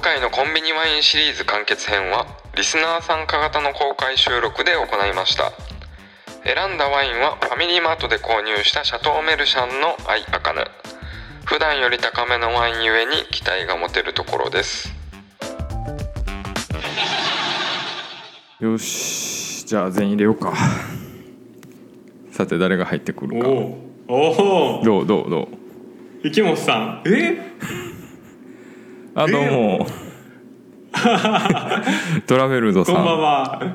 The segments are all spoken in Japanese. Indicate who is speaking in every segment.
Speaker 1: 回のコンビニワインシリーズ完結編はリスナー参加型の公開収録で行いました選んだワインはファミリーマートで購入したシャトーメルシャンの愛アカヌ普段より高めのワインゆえに期待が持てるところですよしじゃあ全員入れようかさて誰が入ってくるか
Speaker 2: おおお
Speaker 1: どうどうどう
Speaker 2: 池本さんえ
Speaker 1: あどう もトラベルドさ
Speaker 2: こん
Speaker 1: ん
Speaker 2: ばんはあ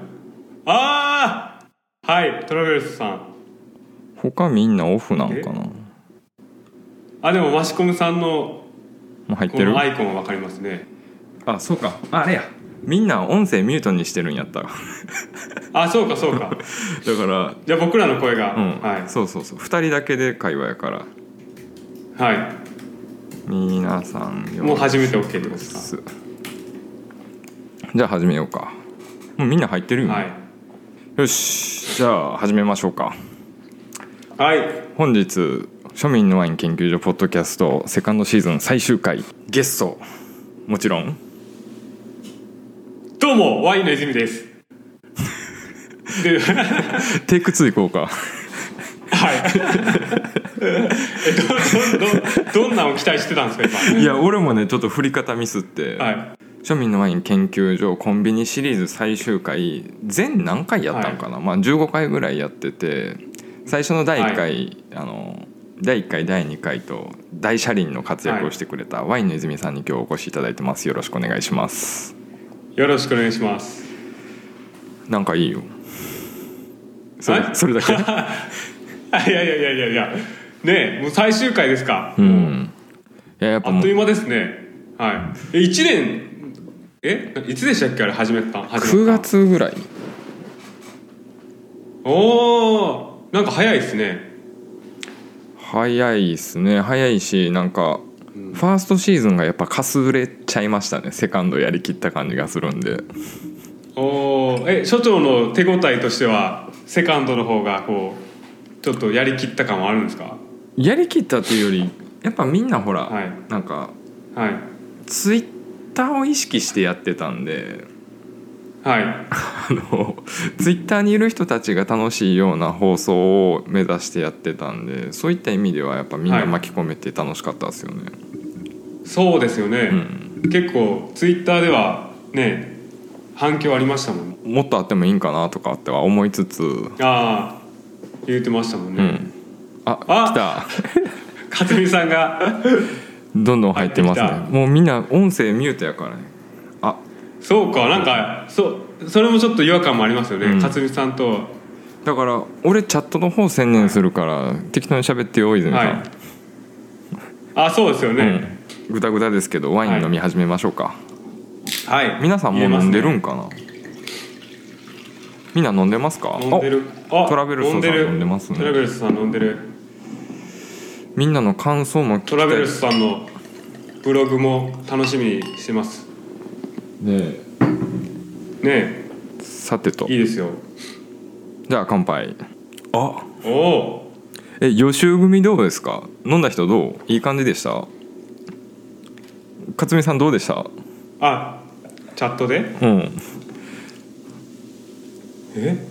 Speaker 2: あはいトラベルスさん
Speaker 1: 他みんなオフなんかなも
Speaker 2: あでもマシコムさんの
Speaker 1: う入っ
Speaker 2: こ
Speaker 1: てる
Speaker 2: のアイコンわかりますね
Speaker 1: あそうかああれやみんな音声ミュートにしてるんやっただか
Speaker 2: あそうかそ うからじゃあ僕らの声が、
Speaker 1: うん、
Speaker 2: はい
Speaker 1: そうそうそう2人だけで会話やから
Speaker 2: は
Speaker 1: 皆さん
Speaker 2: い
Speaker 1: よ
Speaker 2: もう始めて OK ってことですか
Speaker 1: すじゃあ始めようかもうみんな入ってるよね、
Speaker 2: はい
Speaker 1: よしじゃあ始めましょうか
Speaker 2: はい
Speaker 1: 本日庶民のワイン研究所ポッドキャストセカンドシーズン最終回ゲストもちろん
Speaker 2: どうもワインの泉ですでは
Speaker 1: テイク2いこうか
Speaker 2: い えどどどどんなんを期待してたんです か
Speaker 1: いや俺もねちょっと振り方ミスって、
Speaker 2: 今はい
Speaker 1: 庶民のワイン研究所コンビニシリーズ最終回全何回やったんかな、まあ、15回ぐらいやってて最初の第1回、
Speaker 2: は
Speaker 1: あの第1回第2回と大車輪の活躍をしてくれたワインの泉さんに今日お越しいただいてますよろしくお願いします
Speaker 2: よろしくお願いします
Speaker 1: なんかいいよそれ
Speaker 2: はい
Speaker 1: それだけ
Speaker 2: あいやいやいやいやいやねえもう最終回ですか、
Speaker 1: うんいややっぱ
Speaker 2: あ
Speaker 1: も
Speaker 2: っ
Speaker 1: う
Speaker 2: という間ですねはいえ1年えいつでしたっけあれ始めた始
Speaker 1: 9
Speaker 2: まった
Speaker 1: 月ぐらい
Speaker 2: おーなんか早いですね
Speaker 1: 早いっすね早いしなんかファーストシーズンがやっぱかすれちゃいましたねセカンドやりきった感じがするんで
Speaker 2: おーえ所長の手応えとしてはセカンドの方がこうちょっとやりきった感はあるんですか
Speaker 1: やりきったっていうよりやっぱみんなほら、
Speaker 2: はい
Speaker 1: なんか
Speaker 2: はい
Speaker 1: ツイッターを意識してやってたんで
Speaker 2: はい
Speaker 1: あのツイッターにいる人たちが楽しいような放送を目指してやってたんでそういった意味ではやっぱみん
Speaker 2: は
Speaker 1: ない巻き込めて楽しかったですよね。
Speaker 2: そうですよね
Speaker 1: う、ん、
Speaker 2: 結構ツイッターではね反響ありましたもんね
Speaker 1: もっとあってもいいんかなとかっては思いつつ、う
Speaker 2: ああ言うてましたもんね、
Speaker 1: ん、あ
Speaker 2: あ
Speaker 1: 来た
Speaker 2: 勝美さんが
Speaker 1: どんどん入ってますね
Speaker 2: 入ってき
Speaker 1: もうみんな音声ミュートやからねあ
Speaker 2: そうかなんかそうそれもちょっと違和感もありますよね、
Speaker 1: うん
Speaker 2: 勝美さんと
Speaker 1: だから俺チャットの方専念するから適当に喋ってよ泉さん。
Speaker 2: はいあそうですよね、
Speaker 1: うん、ぐだぐだですけどワイン飲み始めましょうか、
Speaker 2: はい
Speaker 1: 皆さんもう飲んでるんかな、みんな飲んでますか
Speaker 2: 言えますね飲んでるあ
Speaker 1: トラベルスさん
Speaker 2: る
Speaker 1: 飲んでますね
Speaker 2: トラベルスさん飲んでる
Speaker 1: おみんなの感想も聞きた
Speaker 2: ト
Speaker 1: い
Speaker 2: ラベルスさんのブログも楽しみにしてます
Speaker 1: ね
Speaker 2: ね
Speaker 1: えさてと
Speaker 2: えいいですよ
Speaker 1: じゃあ乾杯あ
Speaker 2: おお
Speaker 1: え予習組どうですか飲んだ人どういい感じでした勝美さんどうでした
Speaker 2: あチャットで
Speaker 1: うん
Speaker 2: え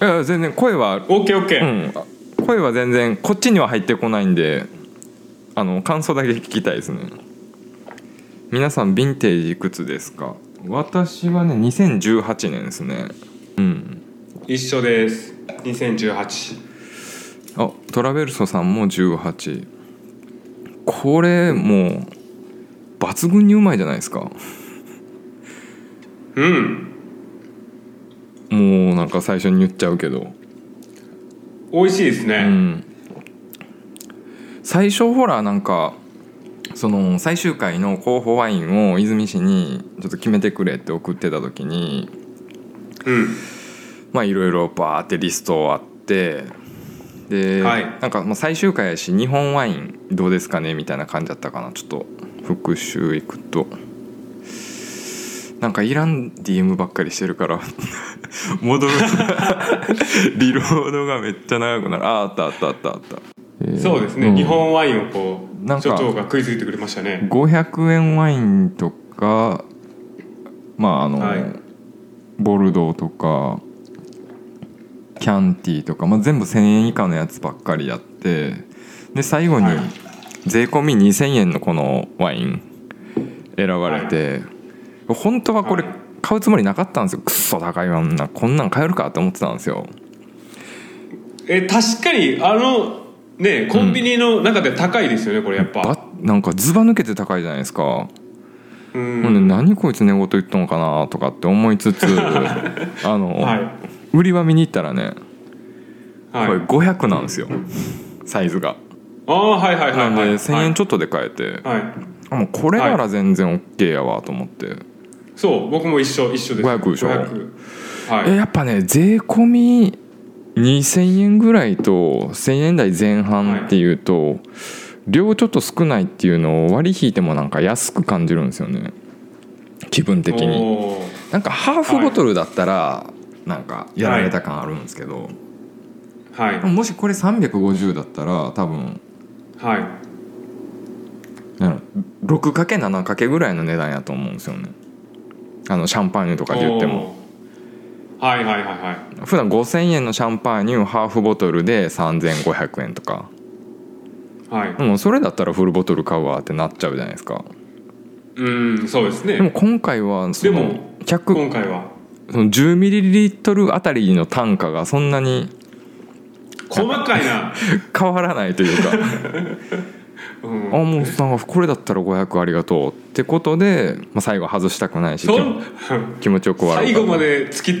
Speaker 1: いや全然声は
Speaker 2: オッケーオッケ
Speaker 1: う
Speaker 2: ー、
Speaker 1: ん声は全然こっちには入ってこないんであの感想だけ聞きたいですね皆さんヴィンテージいくつですか私はね2018年ですねうん
Speaker 2: 一緒です2018
Speaker 1: あトラベルソさんも18これもう抜群にうまいじゃないですか
Speaker 2: うん
Speaker 1: もうなんか最初に言っちゃうけど
Speaker 2: 美味しいですね、
Speaker 1: うん、最初ほらなんかその最終回の候補ワインを泉市にちょっと決めてくれって送ってた時に
Speaker 2: うん
Speaker 1: まあいろいろバーってリストあってで、
Speaker 2: はい
Speaker 1: なんかもう最終回やし日本ワインどうですかねみたいな感じだったかなちょっと復習いくとなんかいらん DM ばっかりしてるから 戻るリロードがめっちゃ長くなるああったあったあったあった、えー
Speaker 2: そうですね、
Speaker 1: ん
Speaker 2: 日本ワインをこ
Speaker 1: なん
Speaker 2: う
Speaker 1: か
Speaker 2: 所長が食いついてくれましたね
Speaker 1: 500円ワインとかまああの、
Speaker 2: はい
Speaker 1: ボルドーとかキャンティーとか、まあ、全部1,000円以下のやつばっかりやってで最後に
Speaker 2: はい
Speaker 1: 税込み2,000円のこのワイン選ばれて、本当はこれ
Speaker 2: はい
Speaker 1: 買うつもりなかったんですよくっそ高いわんなこんなん買えるかと思ってたんですよ
Speaker 2: え確かにあのねコンビニの中で高いですよねこれやっぱ
Speaker 1: ばなんかずば抜けて高いじゃないですか
Speaker 2: う
Speaker 1: ほんで
Speaker 2: ん
Speaker 1: 何こいつ寝言言ったのかなとかって思いつ つあの、
Speaker 2: はい
Speaker 1: 売り場見に行ったらねこれ
Speaker 2: はい
Speaker 1: 500なんですよサイズが
Speaker 2: ああはいはいは
Speaker 1: ないんで
Speaker 2: はい
Speaker 1: 1000円ちょっとで買えて
Speaker 2: はい
Speaker 1: あもうこれなら全然 OK やわと思って
Speaker 2: そう僕も一緒一緒です
Speaker 1: 500でしょ
Speaker 2: 500は
Speaker 1: え
Speaker 2: い
Speaker 1: やっぱね税込み2000円ぐらいと1000円台前半っていうと量ちょっと少ないっていうのを割り引いてもなんか安く感じるんですよね気分的に
Speaker 2: おー
Speaker 1: なんかハーフボトルだったらなんかやられた感あるんですけど、
Speaker 2: はい
Speaker 1: もしこれ350だったら多分
Speaker 2: はい
Speaker 1: なんか 6×7× ぐらいの値段やと思うんですよねあのシャンパーニュとかで言っても
Speaker 2: おーはいはいはいはい
Speaker 1: 普段5,000円のシャンパーニュハーフボトルで3,500円とか
Speaker 2: はい
Speaker 1: でもそれだったらフルボトル買うわってなっちゃうじゃないですか
Speaker 2: うんそうです
Speaker 1: でも
Speaker 2: ね
Speaker 1: 今回はそ
Speaker 2: で
Speaker 1: の
Speaker 2: も
Speaker 1: 100
Speaker 2: 今回は
Speaker 1: その 10ml あたりの単価がそんなに
Speaker 2: 細か いな
Speaker 1: 変わらないというか
Speaker 2: うん
Speaker 1: あもうなんかこれだったら500ありがとうってことで、まあ、最後外したくないし
Speaker 2: そ
Speaker 1: 気
Speaker 2: ん
Speaker 1: も気持ちよく終わろう
Speaker 2: 最
Speaker 1: か
Speaker 2: 後までつきね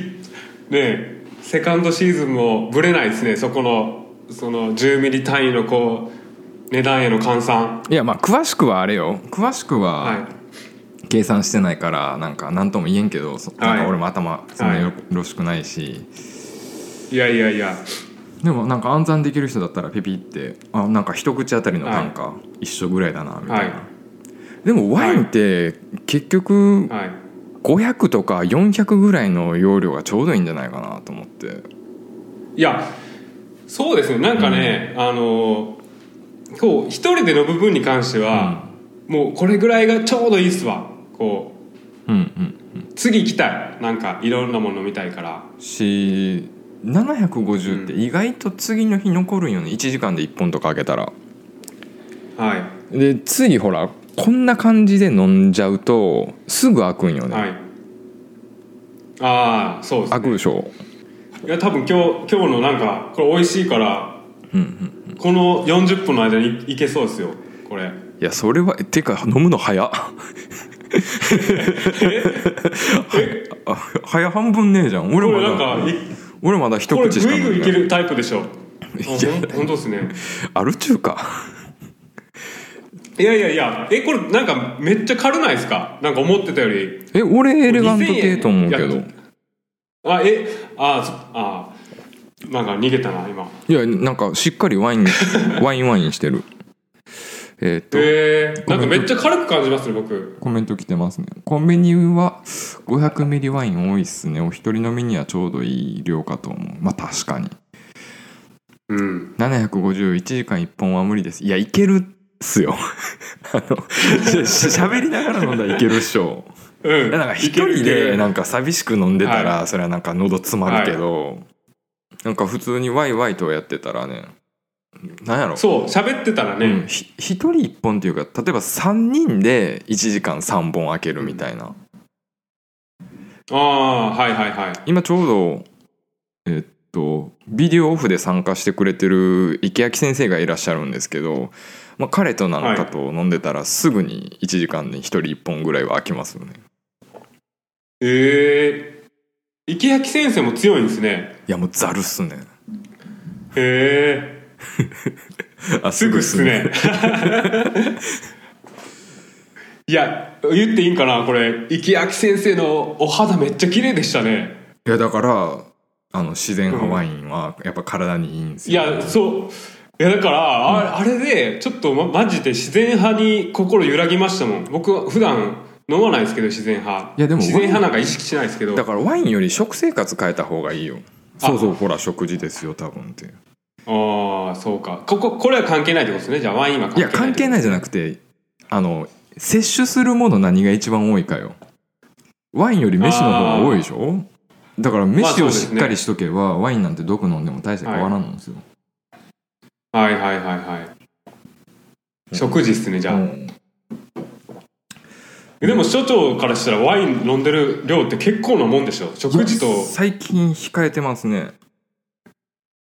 Speaker 2: えセカンドシーズンもぶれないですねそこのその10ミリ単位のこう値段への換算
Speaker 1: いやまあ詳しくはあれよ詳しく
Speaker 2: はい
Speaker 1: は計算してないからなんか何とも言えんけど、そなんか俺も頭そんなよろしくないし、
Speaker 2: いやいやいや
Speaker 1: でもなんか暗算できる人だったらピピってあなんか一口あたりの単価一緒ぐらいだなみたいな、
Speaker 2: は
Speaker 1: でもワインって結局
Speaker 2: はい
Speaker 1: 500とか400ぐらいの容量がちょうどいいんじゃないかなと思って
Speaker 2: いやそうですねなんかね、あのこう一人での部分に関しては、もうこれぐらいがちょうどいいっすわこ
Speaker 1: うんうん
Speaker 2: う次行きたいなんかいろんなもの見たいから
Speaker 1: し750って意外と次の日残るんよね1時間で1本とか開けたら
Speaker 2: はい
Speaker 1: で次ほらこんな感じで飲んじゃうとすぐ開くんよね、
Speaker 2: はいああそうです
Speaker 1: 開くでしょ
Speaker 2: いや多分今日今日のなんかこれ美味しいから、この40分の間にいいけそうですよこれ
Speaker 1: いやそれはてか飲むの早っ
Speaker 2: え
Speaker 1: あ早半分ねえじゃん
Speaker 2: こ
Speaker 1: 俺ま
Speaker 2: れなん
Speaker 1: だ
Speaker 2: かい
Speaker 1: 俺まだ一
Speaker 2: これ
Speaker 1: 口し
Speaker 2: グ
Speaker 1: か
Speaker 2: イ
Speaker 1: 飲
Speaker 2: グイ
Speaker 1: ん
Speaker 2: い
Speaker 1: で
Speaker 2: け
Speaker 1: ない
Speaker 2: るタイプでしょ本当ですね
Speaker 1: ある中華
Speaker 2: いやいやいやえこれなんかめっちゃ軽ないですかなんか思ってたより
Speaker 1: え俺エレガント系と思うけ
Speaker 2: い
Speaker 1: ど
Speaker 2: やあえあそあなんか逃げたな今
Speaker 1: いやなんかしっかりワインワインワインしてるえーっと
Speaker 2: えー、なんかめっちゃ軽く感じますね僕
Speaker 1: コメント来てますねコンビニは500ミリワイン多いっすねお一人飲みにはちょうどいい量かと思うまあ確かに
Speaker 2: うん
Speaker 1: 751時間1本は無理ですいやいけるっすよ あのししゃべりながら飲んだらいけるっしょ
Speaker 2: うん
Speaker 1: なんか一人でなんか寂しく飲んでたら、
Speaker 2: は
Speaker 1: それはなんか喉詰まるけど、なんか普通にワイワイとやってたらねなんやろ
Speaker 2: そう喋ってたらね、
Speaker 1: うんひ一人一本っていうか例えば3人で1時間3本開けるみたいな、
Speaker 2: ああーはいはいはい
Speaker 1: 今ちょうどえっとビデオオフで参加してくれてる池脇先生がいらっしゃるんですけど、まあ、彼となんかと飲んでたらすぐに1時間に1人1本ぐらいは開きますよね
Speaker 2: ええ池焼先生も強いんですね
Speaker 1: いやもうざるっす ね
Speaker 2: へえ
Speaker 1: あ
Speaker 2: すぐっすねいや言っていいんかなこれ池焼先生のお肌めっちゃ綺麗でしたね
Speaker 1: いやだからあの自然派ワインはやっぱ体にいいんです
Speaker 2: い
Speaker 1: よ、
Speaker 2: やそういやだからああれでちょっと、ま、マジで自然派に心揺らぎましたもん僕は普段飲まないですけど自然派
Speaker 1: いやでも
Speaker 2: 自然派なんか意識しないですけど
Speaker 1: だからワインより食生活変えた方がいいよ
Speaker 2: あ
Speaker 1: そうそうほら食事ですよ多分って
Speaker 2: ああそうかこここれは関係ないってことですねじゃあワインは関
Speaker 1: い
Speaker 2: 係
Speaker 1: や
Speaker 2: ない
Speaker 1: 関係ないじゃなくてあの摂取するもの何が一番多いかよワインより飯の方が多いでしょだから
Speaker 2: まあ
Speaker 1: 飯
Speaker 2: そう
Speaker 1: を
Speaker 2: です
Speaker 1: し
Speaker 2: ね
Speaker 1: っかりしとけば、ワインなんてどこ飲んでも大して変わらんのですよ、
Speaker 2: はいはいはいはい食事っすねじゃあ、
Speaker 1: うん
Speaker 2: でも所長からしたらワイン飲んでる量って結構なもんでしょ食事と
Speaker 1: 最近控えてますね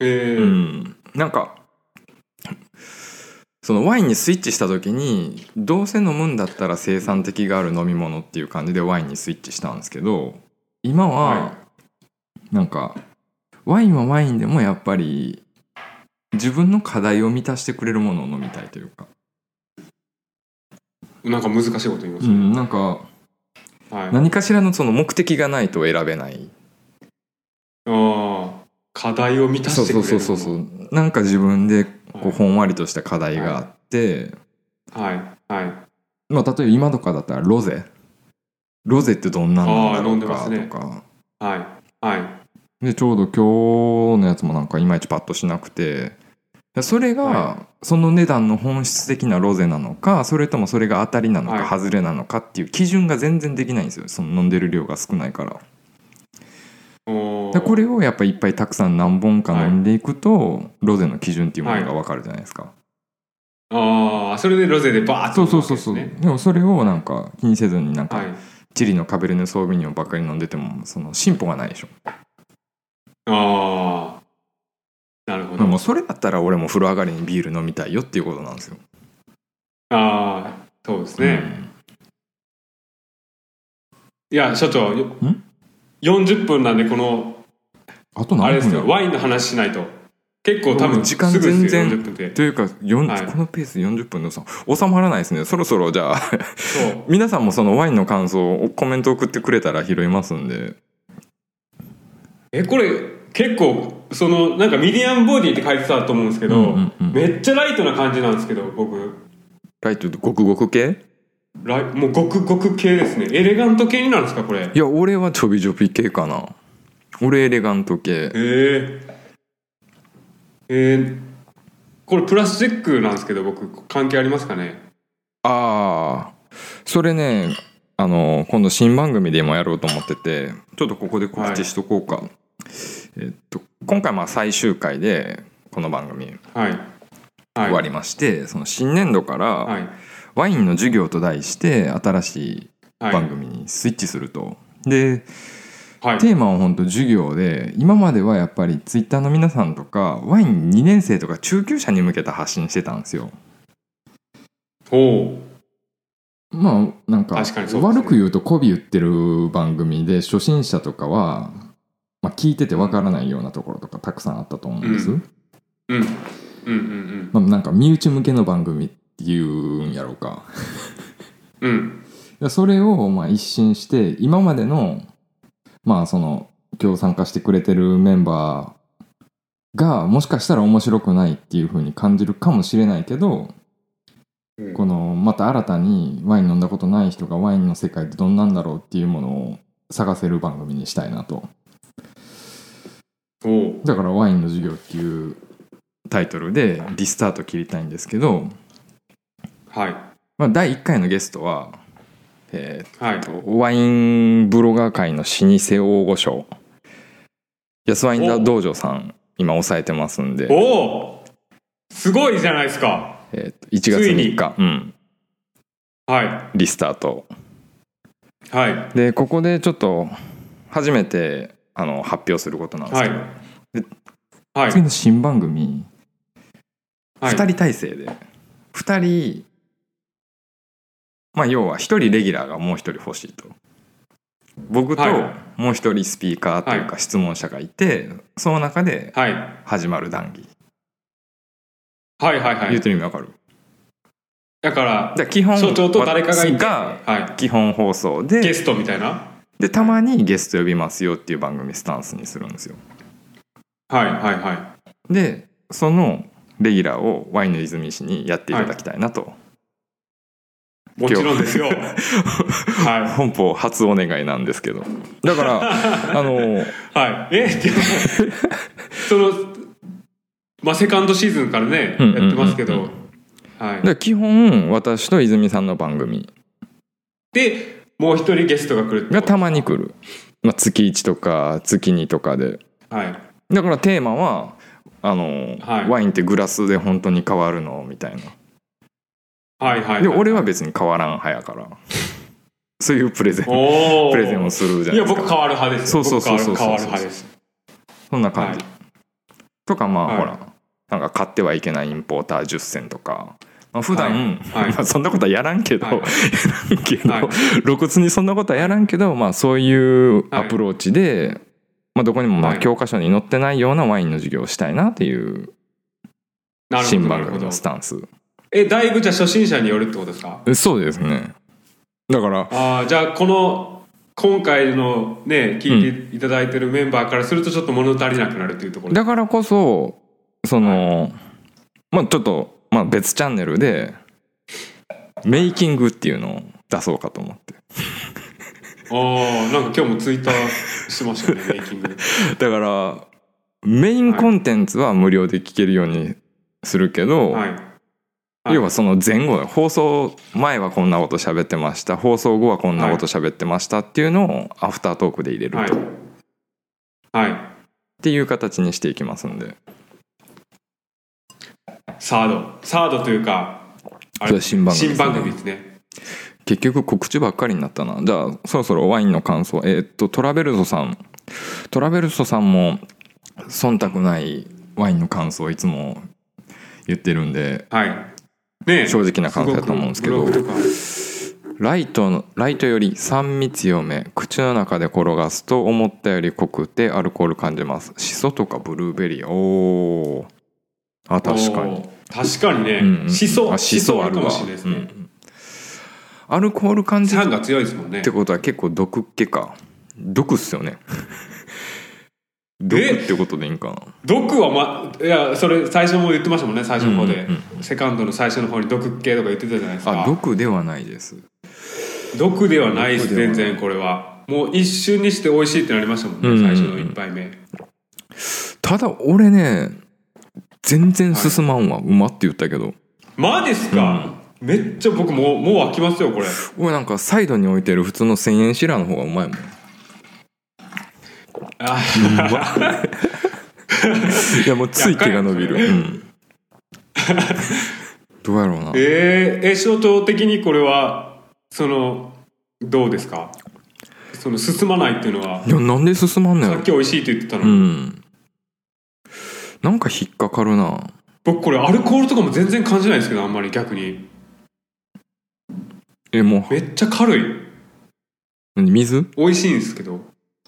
Speaker 2: えー
Speaker 1: うんなんかそのワインにスイッチした時にどうせ飲むんだったら生産的がある飲み物っていう感じでワインにスイッチしたんですけど今
Speaker 2: は
Speaker 1: はなんかワインはワインでもやっぱり自分の課題を満たしてくれるものを飲みたいというか、
Speaker 2: なんか難しいこと言いま
Speaker 1: う
Speaker 2: すね、
Speaker 1: ん、なんか
Speaker 2: はいあ
Speaker 1: 何かしらのその目的がないと選べない
Speaker 2: あ課題を満た
Speaker 1: そ
Speaker 2: し
Speaker 1: う
Speaker 2: てく
Speaker 1: そ
Speaker 2: れ
Speaker 1: う
Speaker 2: る
Speaker 1: そうそうそうなんか自分でこう
Speaker 2: はい
Speaker 1: ほんわりとした課題があって、
Speaker 2: はいはい
Speaker 1: まあ、例えば今とかだったらロゼロゼってどんなんなんだろうか
Speaker 2: あ
Speaker 1: と
Speaker 2: ー飲んでま
Speaker 1: か
Speaker 2: はいはい
Speaker 1: でちょうど今日のやつもなんかいまいちパッとしなくてでそれ
Speaker 2: は
Speaker 1: がその値段の本質的なロゼなのかそれともそれが当たりなの
Speaker 2: はい
Speaker 1: か外れなのかっていう基準が全然できないんですよその飲んでる量が少ないから
Speaker 2: おー
Speaker 1: でこれをやっぱりいっぱいたくさん何本か飲んでいくと、ロゼの基準っていうものが分かるじゃないですか、
Speaker 2: ああそれでロゼでバーッ
Speaker 1: そ
Speaker 2: と
Speaker 1: うそうそうそう
Speaker 2: 飲
Speaker 1: で,、
Speaker 2: むわけ
Speaker 1: もそれをなんか気にせずになんか、
Speaker 2: ですねはい
Speaker 1: チリのカベルネソービニョンばっかり飲んでてもその進歩がないでしょ
Speaker 2: ああなるほど、
Speaker 1: もうそれだったら俺も風呂上がりにビール飲みたいよっていうことなんですよ。
Speaker 2: ああそうですね、いや所長よ
Speaker 1: ん
Speaker 2: 40分なんでこの
Speaker 1: うん、あと
Speaker 2: あれ
Speaker 1: 何
Speaker 2: です
Speaker 1: 分や
Speaker 2: よワインの話しないと結構多
Speaker 1: も
Speaker 2: 分
Speaker 1: う時間
Speaker 2: すぐですよ
Speaker 1: 全然
Speaker 2: 40分って
Speaker 1: というか、よん
Speaker 2: はい
Speaker 1: このペース40分のさ収まらないですねそろそろじゃあ
Speaker 2: そう
Speaker 1: 皆さんもそのワインの感想をコメント送ってくれたら拾いますんで
Speaker 2: えこれ結構そのなんかミディアムボディって書いてたと思うんですけど、
Speaker 1: うんうんうん
Speaker 2: めっちゃライトな感じなんですけど僕
Speaker 1: ライトごくごく系
Speaker 2: ライもうごくごく系ですねエレガント系になるんですかこれへ
Speaker 1: いや俺はちょびちょび系かな俺エレガント系
Speaker 2: ええーこれプラスチックなんですけど僕関係ありますかね
Speaker 1: ああそれねあの今度新番組でもやろうと思っててちょっとここで告知しとこうか、えっと今回まあ最終回でこの番組
Speaker 2: はいはい
Speaker 1: 終わりまして、その新年度から
Speaker 2: はい
Speaker 1: ワインの授業と題して新しい
Speaker 2: はい
Speaker 1: 番組にスイッチすると、で
Speaker 2: はい
Speaker 1: テーマは本当授業で今まではやっぱりツイッターの皆さんとかワイン2年生とか中級者に向けた発信してたんですよ
Speaker 2: ほ
Speaker 1: まあなんか
Speaker 2: 確かにそうですね
Speaker 1: 悪く言うと媚び言ってる番組で初心者とかは、まあ、聞いててわからないようなところとかたくさんあったと思うんです、
Speaker 2: うんううんうんうん
Speaker 1: まあ、なんか身内向けの番組っていうんやろうか
Speaker 2: うんうん
Speaker 1: でそれをまあ一新して今までのまあその今日参加してくれてるメンバーがもしかしたら面白くないっていう風に感じるかもしれないけど
Speaker 2: うん
Speaker 1: このまた新たにワイン飲んだことない人がワインの世界ってどんなんだろうっていうものを探せる番組にしたいなと
Speaker 2: ほう
Speaker 1: だから「ワインの授業」っていうタイトルでリスタート切りたいんですけど、
Speaker 2: はい
Speaker 1: まあ、第1回のゲストは、えー
Speaker 2: はい
Speaker 1: ワインブロガー界の老舗大御所安ワインダー道場さん今抑えてますんで、
Speaker 2: おおすごいじゃないですか
Speaker 1: えーと1月3日、うん、
Speaker 2: は
Speaker 1: リスタート
Speaker 2: いはい
Speaker 1: でここでちょっと初めてあの発表することなんです
Speaker 2: は
Speaker 1: け
Speaker 2: い
Speaker 1: ど、
Speaker 2: はい
Speaker 1: 次の新番組、
Speaker 2: はい
Speaker 1: 2人体制で2人まあ要は1人レギュラーがもう1人欲しいと僕と
Speaker 2: はい
Speaker 1: もう1人スピーカーというか質問者がいて、その中で
Speaker 2: はい
Speaker 1: 始まる談義、
Speaker 2: はいはいは
Speaker 1: 言う
Speaker 2: い
Speaker 1: てる意味わかる
Speaker 2: だから
Speaker 1: じゃあ基本
Speaker 2: 所長と誰かがいて
Speaker 1: 私が
Speaker 2: は
Speaker 1: 基本放送
Speaker 2: いゲ
Speaker 1: で
Speaker 2: ストみたいな
Speaker 1: でたまにゲスト呼びますよっていう番組スタンスにするんですよ
Speaker 2: はいはいは
Speaker 1: でそのレギュラーをワインの泉氏にやっていただきたいな と、
Speaker 2: いもちろんですよ は
Speaker 1: 本邦初お願いなんですけどだからあの
Speaker 2: いはいえ でもそのまあセカンドシーズンからね
Speaker 1: う
Speaker 2: や
Speaker 1: んうんうんうん
Speaker 2: ってますけどはい
Speaker 1: で基本私と泉さんの番組
Speaker 2: でもう一人ゲストが来るって
Speaker 1: がたまに来る、まあ、月1とか月2とかで
Speaker 2: はい
Speaker 1: だからテーマはあの、
Speaker 2: はい
Speaker 1: ワインってグラスで本当に変わるのみたいな
Speaker 2: はいはいはい
Speaker 1: で俺は別に変わらん派やからそういうプレゼン
Speaker 2: おー
Speaker 1: プレゼンをするじゃ
Speaker 2: い
Speaker 1: ない
Speaker 2: や
Speaker 1: です
Speaker 2: 僕
Speaker 1: か
Speaker 2: 変わる派です
Speaker 1: そうそうそうそう
Speaker 2: 僕変わる変わる派です
Speaker 1: そんな感じ、
Speaker 2: は
Speaker 1: とかまあ、
Speaker 2: はい
Speaker 1: ほらなんか買ってはいけないインポーター10選とか、まあ、普段、
Speaker 2: はいは い
Speaker 1: まあそんなことはやらんけど、
Speaker 2: はい
Speaker 1: やらんけど、
Speaker 2: はい
Speaker 1: 露骨にそんなことはやらんけど、まあ、そういうアプローチで、まあ、どこにもま
Speaker 2: は
Speaker 1: あ
Speaker 2: い
Speaker 1: 教科書に載ってないようなワインの授業をしたいなっていう
Speaker 2: なるほ
Speaker 1: 新
Speaker 2: どな
Speaker 1: 番
Speaker 2: るほ
Speaker 1: 組
Speaker 2: ど
Speaker 1: のスタンス
Speaker 2: えだいぶじゃあ初心者によるってことですか
Speaker 1: そうですねだから
Speaker 2: ああじゃあこの今回のね聞いていただいてるメンバーからするとちょっと物足りなくなるというところで
Speaker 1: だからこそその、まあちょっと、まあ、別チャンネルでメイキングっていうのを出そうかと思って
Speaker 2: ああなんか今日もツイッターしてまし たねメイキングで
Speaker 1: だからメインコンテンツは無料で聞けるようにするけど、
Speaker 2: はいはい
Speaker 1: 要はその前後放送前はこんなこと喋ってました放送後はこんなこと喋ってましたっていうのをアフタートークで入れると、
Speaker 2: はい
Speaker 1: っ
Speaker 2: はい
Speaker 1: ていう形にしていきますんで
Speaker 2: サードサードというかあ
Speaker 1: それ
Speaker 2: れ
Speaker 1: は新番組で
Speaker 2: 新
Speaker 1: すね
Speaker 2: 番組ですね
Speaker 1: 結局告知ばっかりになったなじゃあそろそろワインの感想えーっとトラベルソさんトラベルソさんも忖度ないワインの感想をいつも言ってるんで
Speaker 2: はいねえ
Speaker 1: 正直な感想だと思うんですけど
Speaker 2: ごくブログとか
Speaker 1: ライトのライトより酸味強め口の中で転がすと思ったより濃くてアルコール感じますシソとかブルーベリーおーあ確かに
Speaker 2: おー確かにね、
Speaker 1: うんうん
Speaker 2: しそ
Speaker 1: あシ
Speaker 2: しそ
Speaker 1: ソ
Speaker 2: あ
Speaker 1: あ
Speaker 2: る
Speaker 1: る
Speaker 2: か
Speaker 1: わ
Speaker 2: もしれないで
Speaker 1: う
Speaker 2: す
Speaker 1: んう
Speaker 2: ね、
Speaker 1: んアルコール感じる
Speaker 2: 酸が強いですもんね
Speaker 1: ってことは結構毒っ気か毒っすよね毒ってことでいいんかな
Speaker 2: 毒は、ま、いやそれ最初も言ってましたもんね最初の方で、
Speaker 1: うんうん
Speaker 2: セカンドの最初の方に毒系とか言ってたじゃないですか
Speaker 1: あ毒ではないです
Speaker 2: 毒ではないです
Speaker 1: 毒では
Speaker 2: 全
Speaker 1: ない
Speaker 2: 然これはもう一瞬にして美味しいってなりましたもんね、
Speaker 1: うんうんうん
Speaker 2: 最初の一杯目
Speaker 1: ただ俺ね全然進まんわ、うまって言ったけど
Speaker 2: マジですか、めっちゃ僕もうもう飽きますよこれ
Speaker 1: 俺なんかサイドに置いてる普通の千円シラーの方がうまいもん
Speaker 2: あ
Speaker 1: いやもうつい手が伸びる、
Speaker 2: いや
Speaker 1: うん、どうやろうな
Speaker 2: えー、え象徴的にこれはそのどうですかその進まないっていうのはい
Speaker 1: やなんで進まんのや
Speaker 2: さっ
Speaker 1: ろ
Speaker 2: き美味しいって言ってたの、
Speaker 1: うんなんか引っかかるな
Speaker 2: 僕これアルコールとかも全然感じないですけどあんまり逆に
Speaker 1: えも
Speaker 2: めっちゃ軽いう
Speaker 1: 何水
Speaker 2: 美味しいんですけど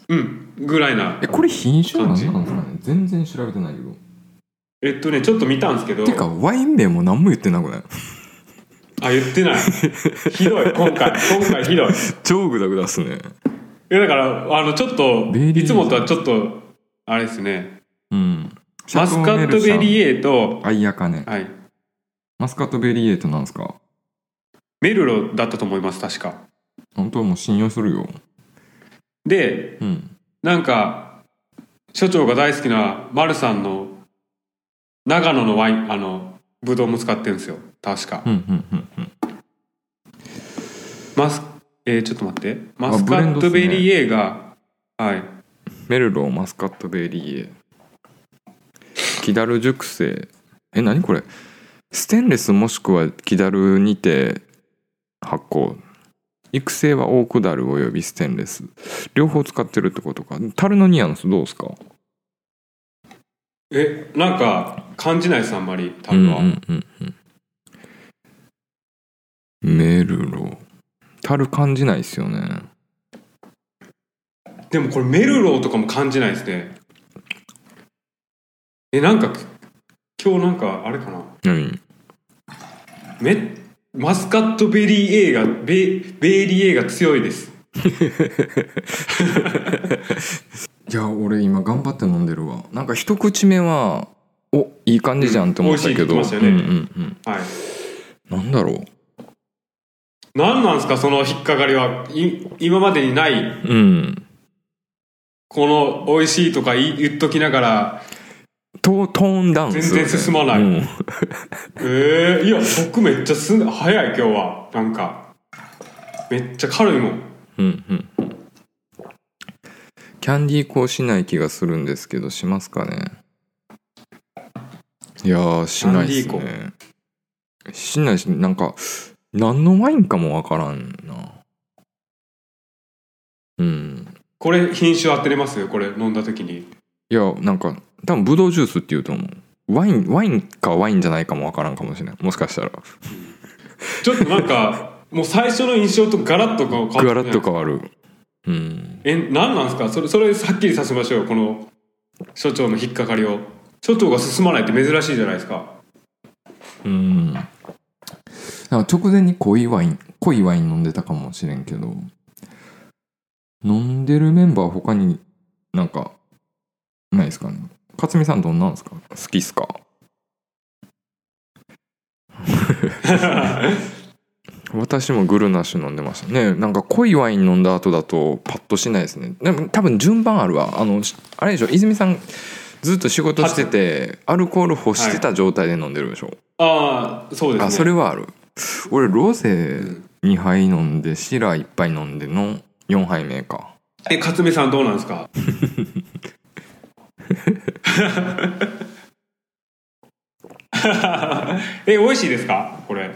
Speaker 2: うんぐらいな
Speaker 1: えこれ品種なん
Speaker 2: 感
Speaker 1: なんです
Speaker 2: じ
Speaker 1: かね全然調べてないけど
Speaker 2: えっとねちょっと見たんですけど
Speaker 1: てかワイン名も何も言ってなくない
Speaker 2: あ言 ってないひどい今回今回ひどい
Speaker 1: 超グダグダっすね
Speaker 2: いやだからあのちょっと
Speaker 1: ベリー
Speaker 2: いつもとはちょっとあれですね
Speaker 1: うん
Speaker 2: マスカットベリ
Speaker 1: ー
Speaker 2: ーエと、
Speaker 1: アイアカネ
Speaker 2: はい、
Speaker 1: マスカットベリーエイトなんですか
Speaker 2: メルロだったと思います確か
Speaker 1: 本当もう信用するよ
Speaker 2: で
Speaker 1: うん
Speaker 2: なんか所長が大好きなマルさんの長野のワインあのブドウも使ってるんですよ確か
Speaker 1: うんうんうんうん
Speaker 2: マスえーちょっと待ってマス
Speaker 1: ブ
Speaker 2: カ
Speaker 1: レン
Speaker 2: ッ
Speaker 1: ドっす
Speaker 2: ト
Speaker 1: ね
Speaker 2: ベリー A が、はい
Speaker 1: メルローマスカットベリーエキダル熟成え何これステンレスもしくはキダルにて発酵育成はオークダルおよびステンレス両方使ってるってことかタルのニアンスどうですか
Speaker 2: えなんか感じないですあんまり多
Speaker 1: うん
Speaker 2: 分
Speaker 1: う
Speaker 2: は、
Speaker 1: んうんうんメルロータル感じないっすよね
Speaker 2: でもこれメルローとかも感じないですねえなんか今日なんかあれかな
Speaker 1: 何
Speaker 2: めマスカットベリー A がベベリー A が強いです
Speaker 1: いや俺今頑張って飲んでるわなんか一口目はおいい感じじゃんって思ったけ
Speaker 2: うん
Speaker 1: ど、
Speaker 2: 美味しいって言ってました
Speaker 1: う
Speaker 2: よ
Speaker 1: んうんうん
Speaker 2: は
Speaker 1: な
Speaker 2: い
Speaker 1: んだろ
Speaker 2: 何なんですかその引っかかりはい今までにないう
Speaker 1: うん
Speaker 2: この美味しいとか言い言っときながら
Speaker 1: トトーンダウンする、
Speaker 2: 全然進まない
Speaker 1: うん
Speaker 2: えー、いや僕めっちゃすん早い今日はなんかめっちゃ軽いもん
Speaker 1: うんうんうんキャンディーこうしない気がするんですけどしますかねいやーしないです
Speaker 2: キャンデ
Speaker 1: ねしないしなんか何のワインかもわからんなうん
Speaker 2: これ品種当てれますこれ飲んだ時に
Speaker 1: いやなんか多分ブドウジュースって言うと思うワインワインかワインじゃないかもわからんかもしれないもしかしたら
Speaker 2: ちょっとなんかもう最初の印象とガラッと変わって
Speaker 1: ガラッと
Speaker 2: か
Speaker 1: 変わるうん
Speaker 2: え何なんですかそれそれはっきりさせましょうこの所長の引っかかりを所長が進まないって珍しいじゃないですか
Speaker 1: うんなんか直前に濃いワイン濃いワイン飲んでたかもしれんけど飲んでるメンバー他になんかないですかね勝美さんどんなんですか好きっす か私もグルナッシュ飲んでましたねなんか濃いワイン飲んだ後だとパッとしないですねでも多分順番あるわあのしあれでしょ泉さんずっと仕事しててアルコール欲してた状態で飲んでるでしょ、
Speaker 2: ああそうですね
Speaker 1: あそれはある俺ロゼ
Speaker 2: うん
Speaker 1: 2杯飲んでシラ1杯飲んでの4杯目か
Speaker 2: え勝目さんどうなんですかえ美味しいですかこれ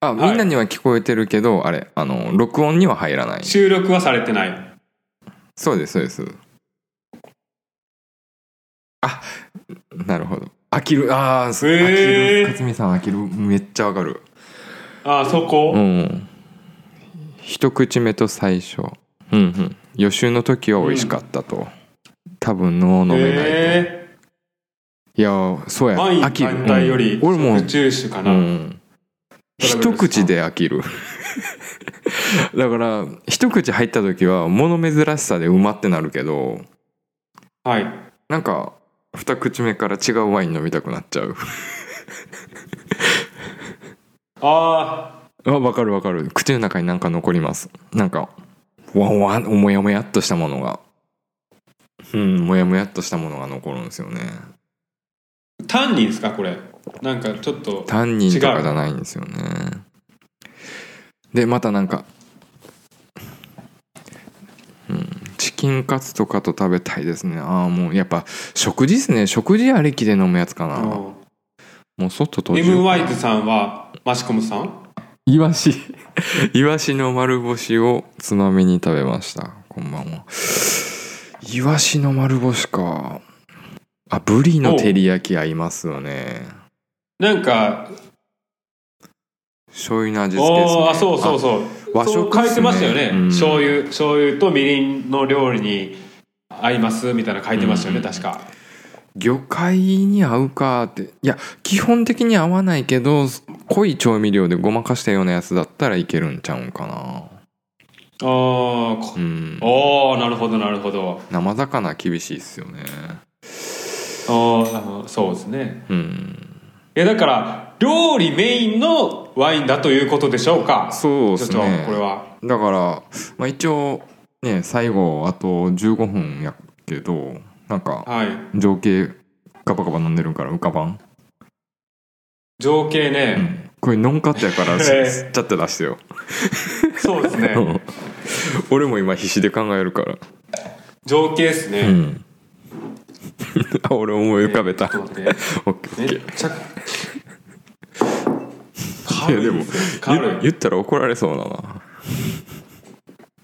Speaker 1: あ
Speaker 2: はい
Speaker 1: みんなには聞こえてるけど、あれあの録音には入らない
Speaker 2: 収録はされてない
Speaker 1: そうですそうですあなるほど飽きるあーす飽
Speaker 2: へ
Speaker 1: き
Speaker 2: ー
Speaker 1: る勝美さん飽きるめっちゃわかる
Speaker 2: ああそこ、
Speaker 1: うん一口目と最初うんうん予習の時は美味しかったと、多分脳飲めないと、
Speaker 2: え
Speaker 1: いやーそう
Speaker 2: ー
Speaker 1: や
Speaker 2: ワイン
Speaker 1: 飽きる
Speaker 2: 単体より
Speaker 1: うん俺も
Speaker 2: 食中酒かな、
Speaker 1: うん、
Speaker 2: トラブルです
Speaker 1: 一
Speaker 2: か
Speaker 1: 口で飽きるだから一口入った時は物珍しさでうまってなるけど
Speaker 2: はい
Speaker 1: なんか二口目から違うワイン飲みたくなっちゃう
Speaker 2: あ
Speaker 1: あわかるわかる口の中になんか残りますなんかわんわんもやもやっとしたものがうんもやもやっとしたものが残るんですよね
Speaker 2: あタンニンですかこれなんかちょっと
Speaker 1: タンニンとかじゃないんですよねでまたなんか、うん、チキンカツとかと食べたいですねああもうやっぱ食事ですね食事ありきで飲むやつかな、も
Speaker 2: う
Speaker 1: う外と
Speaker 2: ん M ワイズさんはマシコムさん
Speaker 1: イワシ イワシの丸干しをつまみに食べましたこんばんはイワシの丸干しかあブリの照り焼き合いますよね
Speaker 2: なんか
Speaker 1: 醤油の味付けです、ね、
Speaker 2: おーあそうそうそう
Speaker 1: 和食
Speaker 2: そう書いてましたよ
Speaker 1: っ
Speaker 2: ね、
Speaker 1: すねうん
Speaker 2: 醤油醤油とみりんの料理に合いますみたいなの書いてましたよね、
Speaker 1: うん
Speaker 2: 確か
Speaker 1: 魚介に合うかっていや基本的に合わないけど濃い調味料でごまかしたようなやつだったらいけるんちゃうんかな
Speaker 2: あーこ
Speaker 1: うん
Speaker 2: おーなるほどなるほど
Speaker 1: 生魚厳しいっすよね
Speaker 2: おーあのそうですね
Speaker 1: うん
Speaker 2: いやだから料理メインのワインだということでしょうか
Speaker 1: そうです
Speaker 2: 所長
Speaker 1: ね
Speaker 2: これは
Speaker 1: だから、まあ、一応ね最後あと15分やけどなんか
Speaker 2: はい
Speaker 1: 情景ガバガバ飲んでるから浮かばん、
Speaker 2: 情景
Speaker 1: う
Speaker 2: ね、
Speaker 1: ん、これノンカットや から
Speaker 2: へえ
Speaker 1: 吸っちゃって出してよ
Speaker 2: そうですね
Speaker 1: 俺も今必死で考えるから
Speaker 2: 情景ですね、
Speaker 1: うん。あ俺思い浮かべた。
Speaker 2: ちょっと待って
Speaker 1: オッケーオ
Speaker 2: め
Speaker 1: ッケ
Speaker 2: っちゃ
Speaker 1: ー。いや
Speaker 2: 軽
Speaker 1: で
Speaker 2: い
Speaker 1: も
Speaker 2: ですね軽い
Speaker 1: 言言ったら怒られそうだ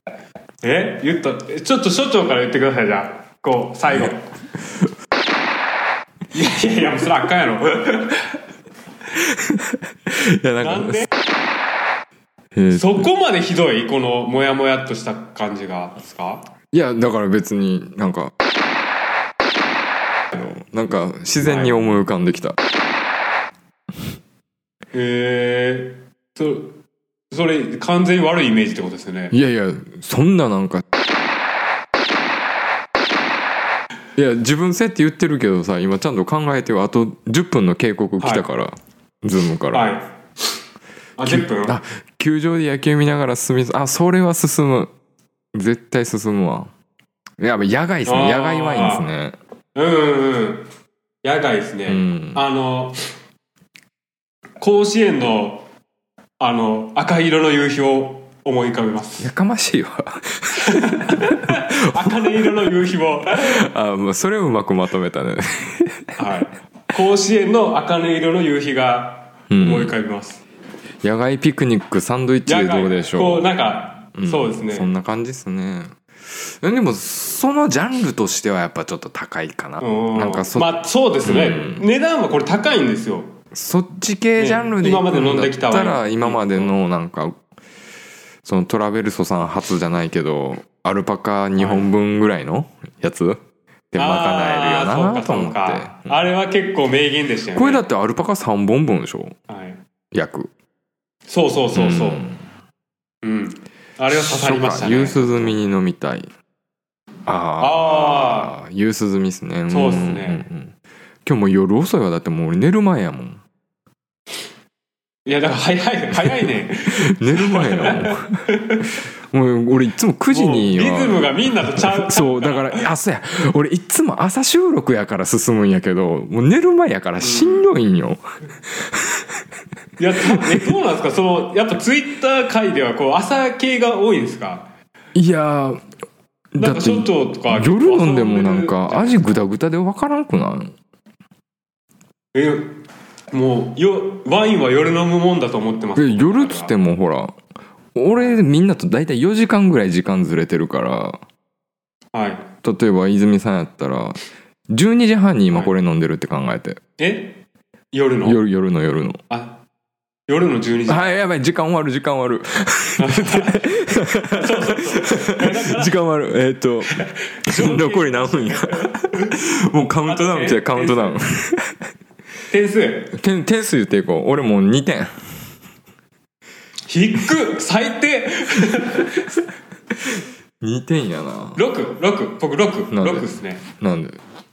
Speaker 1: な。
Speaker 2: え言ったえちょっと所長から言ってくださいじゃあこう 最後いやいやいやもうそれあかんやろ
Speaker 1: いやな
Speaker 2: なんん
Speaker 1: か
Speaker 2: で
Speaker 1: えー
Speaker 2: そこまでひどいこのモヤモヤっとした感じがですか
Speaker 1: いやだから別になんかあのなんか自然に思い浮かんできた。
Speaker 2: へえそそれ完全に悪いイメージってことですよね
Speaker 1: いやいやそんななんか。いや自分せって言ってるけどさ今ちゃんと考えてよあと10分の警告来たから、ズームから、
Speaker 2: はいあ10分
Speaker 1: あ球場で野球見ながら進みあそれは進む絶対進むわやっぱ野外ですね
Speaker 2: あー
Speaker 1: 野外ワインですね
Speaker 2: うんうんうん野外ですね、
Speaker 1: うん
Speaker 2: あの甲子園のあの赤色の夕日を思い浮かべま す
Speaker 1: やかましいわ
Speaker 2: 赤色の夕日を
Speaker 1: あもうそれをうまくまとめ たね
Speaker 2: はい甲子園の赤色の夕日が思い浮かびます、
Speaker 1: 野外ピクニックサンドイッチで
Speaker 2: 野外
Speaker 1: どうでし
Speaker 2: こ
Speaker 1: ょ
Speaker 2: うなんか、
Speaker 1: う、ん
Speaker 2: そうです
Speaker 1: そん
Speaker 2: ね
Speaker 1: な感じですねでもそのジャンルとしてはやっぱちょっと高いかな
Speaker 2: うん
Speaker 1: なんかそ,、
Speaker 2: まあそうですね、値段はこれ高いんですよ
Speaker 1: そっち系ジャンルで
Speaker 2: ね
Speaker 1: 行く
Speaker 2: 今まで飲んできたワイン
Speaker 1: だったら今までのなんかそのトラベルソさん初じゃないけどアルパカ2本分ぐらいのやつで賄える
Speaker 2: あ
Speaker 1: よ
Speaker 2: ー
Speaker 1: なと
Speaker 2: そうかそ
Speaker 1: 思
Speaker 2: う
Speaker 1: っ
Speaker 2: か
Speaker 1: て
Speaker 2: あれは結構名言でしたよね
Speaker 1: これだってアルパカ3本分でしょ
Speaker 2: はい、
Speaker 1: 約
Speaker 2: そうそうそうそう、
Speaker 1: ん
Speaker 2: うん、あれは刺さりましたね
Speaker 1: 夕涼みに飲みたいああ夕涼みですね
Speaker 2: そうっす
Speaker 1: ん
Speaker 2: ね
Speaker 1: うんうん今日もう夜遅いわだってもう俺寝る前やもん
Speaker 2: いやだから早い早いね
Speaker 1: 寝る前やも んもう俺いつも9時
Speaker 2: もう
Speaker 1: に
Speaker 2: リ
Speaker 1: は
Speaker 2: ズムがみんなとちゃ う
Speaker 1: そうだからあそうや俺いつも朝収録やから進むんやけどもう寝る前やからしんどいんよ、
Speaker 2: いや えどうなんですかそのやっぱツイッター界ではこう朝系が多いんですか
Speaker 1: いやーだ
Speaker 2: なん
Speaker 1: っ
Speaker 2: か
Speaker 1: て
Speaker 2: ちょっととか
Speaker 1: 夜飲んでもなんか味
Speaker 2: 遊
Speaker 1: グダグダで分からんくない
Speaker 2: でるえもうよワインは夜飲むもんだと思ってます
Speaker 1: で夜っつってもほら俺みんなと大体4時間ぐらい時間ずれてるから
Speaker 2: はい
Speaker 1: 例えば泉さんやったら12時半に今これ飲んでるって考えて、
Speaker 2: え夜の
Speaker 1: 夜夜の夜の
Speaker 2: あ夜の12時
Speaker 1: はいやばい時間終わる時間終わ る
Speaker 2: そうそう
Speaker 1: 時間終わるえーっ と残り何分やもうカウントダウンじゃカウントダウン
Speaker 2: 点数
Speaker 1: 点点数言っていこう俺もう2点
Speaker 2: 低っ最低
Speaker 1: 2点やな
Speaker 2: 六六僕六
Speaker 1: なんで
Speaker 2: 六ですね
Speaker 1: なんで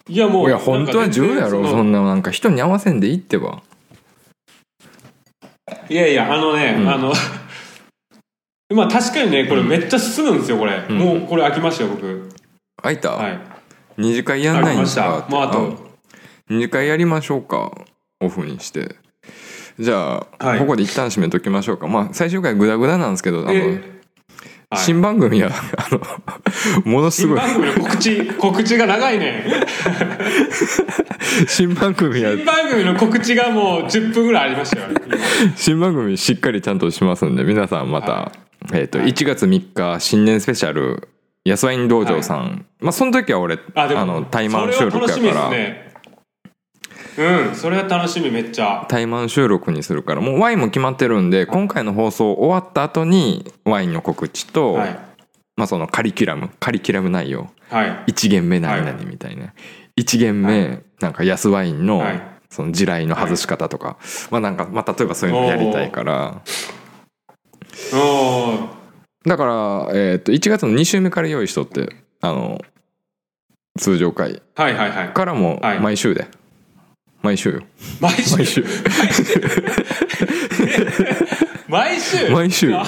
Speaker 2: いやもう
Speaker 1: いや本当は10やろ
Speaker 2: なんか全然
Speaker 1: そ
Speaker 2: の
Speaker 1: んななんか人に合わせんでいいってば
Speaker 2: いやいやあのね、
Speaker 1: うん
Speaker 2: あの まあ確かにねこれめっちゃ進むんですよこれ、
Speaker 1: ん
Speaker 2: もうこれ飽きましたよ僕
Speaker 1: 開いた、
Speaker 2: はい
Speaker 1: 二次会やん
Speaker 2: 飽
Speaker 1: ない
Speaker 2: き
Speaker 1: ん
Speaker 2: ま
Speaker 1: で
Speaker 2: し
Speaker 1: すか
Speaker 2: たもうあと
Speaker 1: 二次会やりましょうかオフにしてじゃあ、
Speaker 2: はい
Speaker 1: ここで一旦締めときましょうかまあ最終回グダグダなんですけどあの、
Speaker 2: えはい
Speaker 1: 新番組はあのものす
Speaker 2: 新
Speaker 1: ごい
Speaker 2: 番組の 告知告知が長いね
Speaker 1: 新番組は
Speaker 2: 新番組の告知がもう10分ぐらいありましたよ今
Speaker 1: 新番組しっかりちゃんとしますんで皆さんまた、
Speaker 2: は
Speaker 1: えっ、と1月3日新年スペシャル安ワイン道場さん、まあその時は俺あ
Speaker 2: あでも
Speaker 1: の対マン収録や
Speaker 2: それは
Speaker 1: から、
Speaker 2: 楽しみですねうんそれは楽しみめっちゃ
Speaker 1: 対マン収録にするからもうワインも決まってるんで今回の放送終わった後にワインの告知と、
Speaker 2: はい
Speaker 1: まあそのカリキュラムカリキュラム内容
Speaker 2: はい
Speaker 1: 1限目何々みたいな、一1限目、なんか安ワインの、
Speaker 2: はい
Speaker 1: その地雷の外し方とか、まあなんか、まあ、例えばそういうのやりたいから
Speaker 2: おー
Speaker 1: だから、えっと1月の2週目から用意しとってあの通常回
Speaker 2: はいはいはい
Speaker 1: からも
Speaker 2: はい
Speaker 1: 毎週で、毎週よ
Speaker 2: 毎週
Speaker 1: 毎週
Speaker 2: 毎週
Speaker 1: 毎週
Speaker 2: あ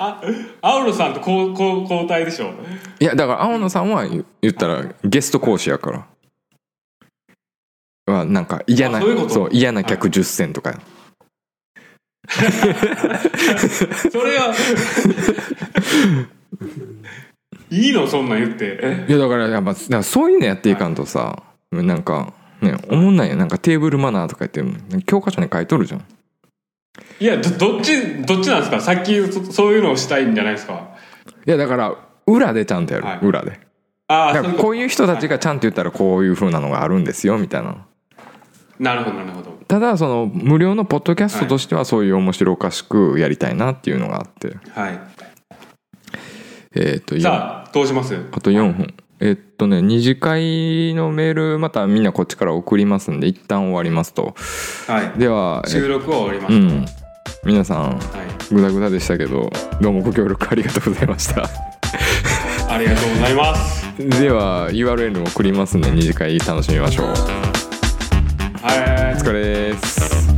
Speaker 2: あ青野さんと交交交代でしょ
Speaker 1: いやだから青野さんは言言ったらゲスト講師やからはなんか嫌な
Speaker 2: あそういうこと
Speaker 1: う嫌な客10選とか、
Speaker 2: それ はいいのそんなん言って
Speaker 1: い、やだからやっぱだからそういうのやっていかんとさ、なんかねおもんないやんなんかテーブルマナーとか言って教科書に書いとるじゃん
Speaker 2: いやどどっちどっちなんですかさっきそそういうのをしたいんじゃないですか
Speaker 1: いやだから裏でちゃんとやる、
Speaker 2: はい
Speaker 1: 裏で
Speaker 2: ああ
Speaker 1: だ
Speaker 2: そ
Speaker 1: か
Speaker 2: う
Speaker 1: ら
Speaker 2: いうこ
Speaker 1: こういう人たちがちゃんと言ったらこういう風なのがあるんですよみたいな
Speaker 2: となるほどなるほど
Speaker 1: ただその無料のポッドキャストとしてはそういう面白おかしくやりたいなっていうのがあって、
Speaker 2: はい
Speaker 1: えっ、と
Speaker 2: さあどうします
Speaker 1: あと4分。えっとね、二次会のメール、またみんなこっちから送りますんで、一旦終わりますと。
Speaker 2: はい
Speaker 1: では、え
Speaker 2: 収録を終わりま
Speaker 1: う
Speaker 2: し
Speaker 1: ん。皆さん、
Speaker 2: た、はい
Speaker 1: グダグダでしたけど、どうもご協力ありがとうございました。
Speaker 2: ありがとうございます
Speaker 1: では、URL も送りますんで、二次会楽しみましょう。
Speaker 2: はい
Speaker 1: お疲れです。